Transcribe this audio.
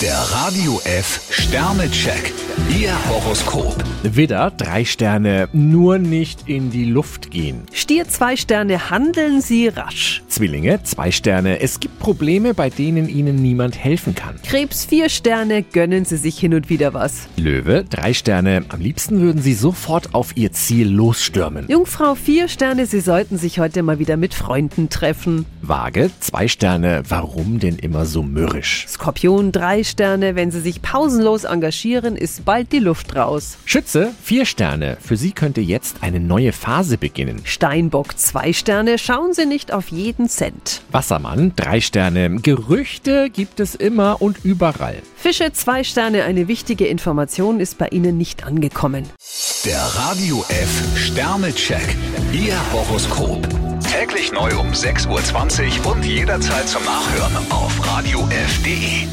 Der Radio F Sternecheck. Ihr Horoskop. Widder, drei Sterne, nur nicht in die Luft gehen. Stier zwei Sterne, handeln Sie rasch. Zwillinge, zwei Sterne, es gibt Probleme, bei denen ihnen niemand helfen kann. Krebs vier Sterne, gönnen Sie sich hin und wieder was. Löwe, drei Sterne, am liebsten würden sie sofort auf ihr Ziel losstürmen. Jungfrau vier Sterne, Sie sollten sich heute mal wieder mit Freunden treffen. Waage, zwei Sterne, warum denn immer so mürrisch? Skorpion drei Sterne, wenn Sie sich pausenlos engagieren, ist bald die Luft raus. Schütze, vier Sterne, für sie könnte jetzt eine neue Phase beginnen. Steinbock zwei Sterne, schauen Sie nicht auf jeden Cent. Wassermann, drei Sterne, Gerüchte gibt es immer und überall. Fische zwei Sterne, eine wichtige Information ist bei Ihnen nicht angekommen. Der Radio F Sternecheck. Ihr Horoskop. Täglich neu um 6.20 Uhr und jederzeit zum Nachhören auf Radio radiof.de.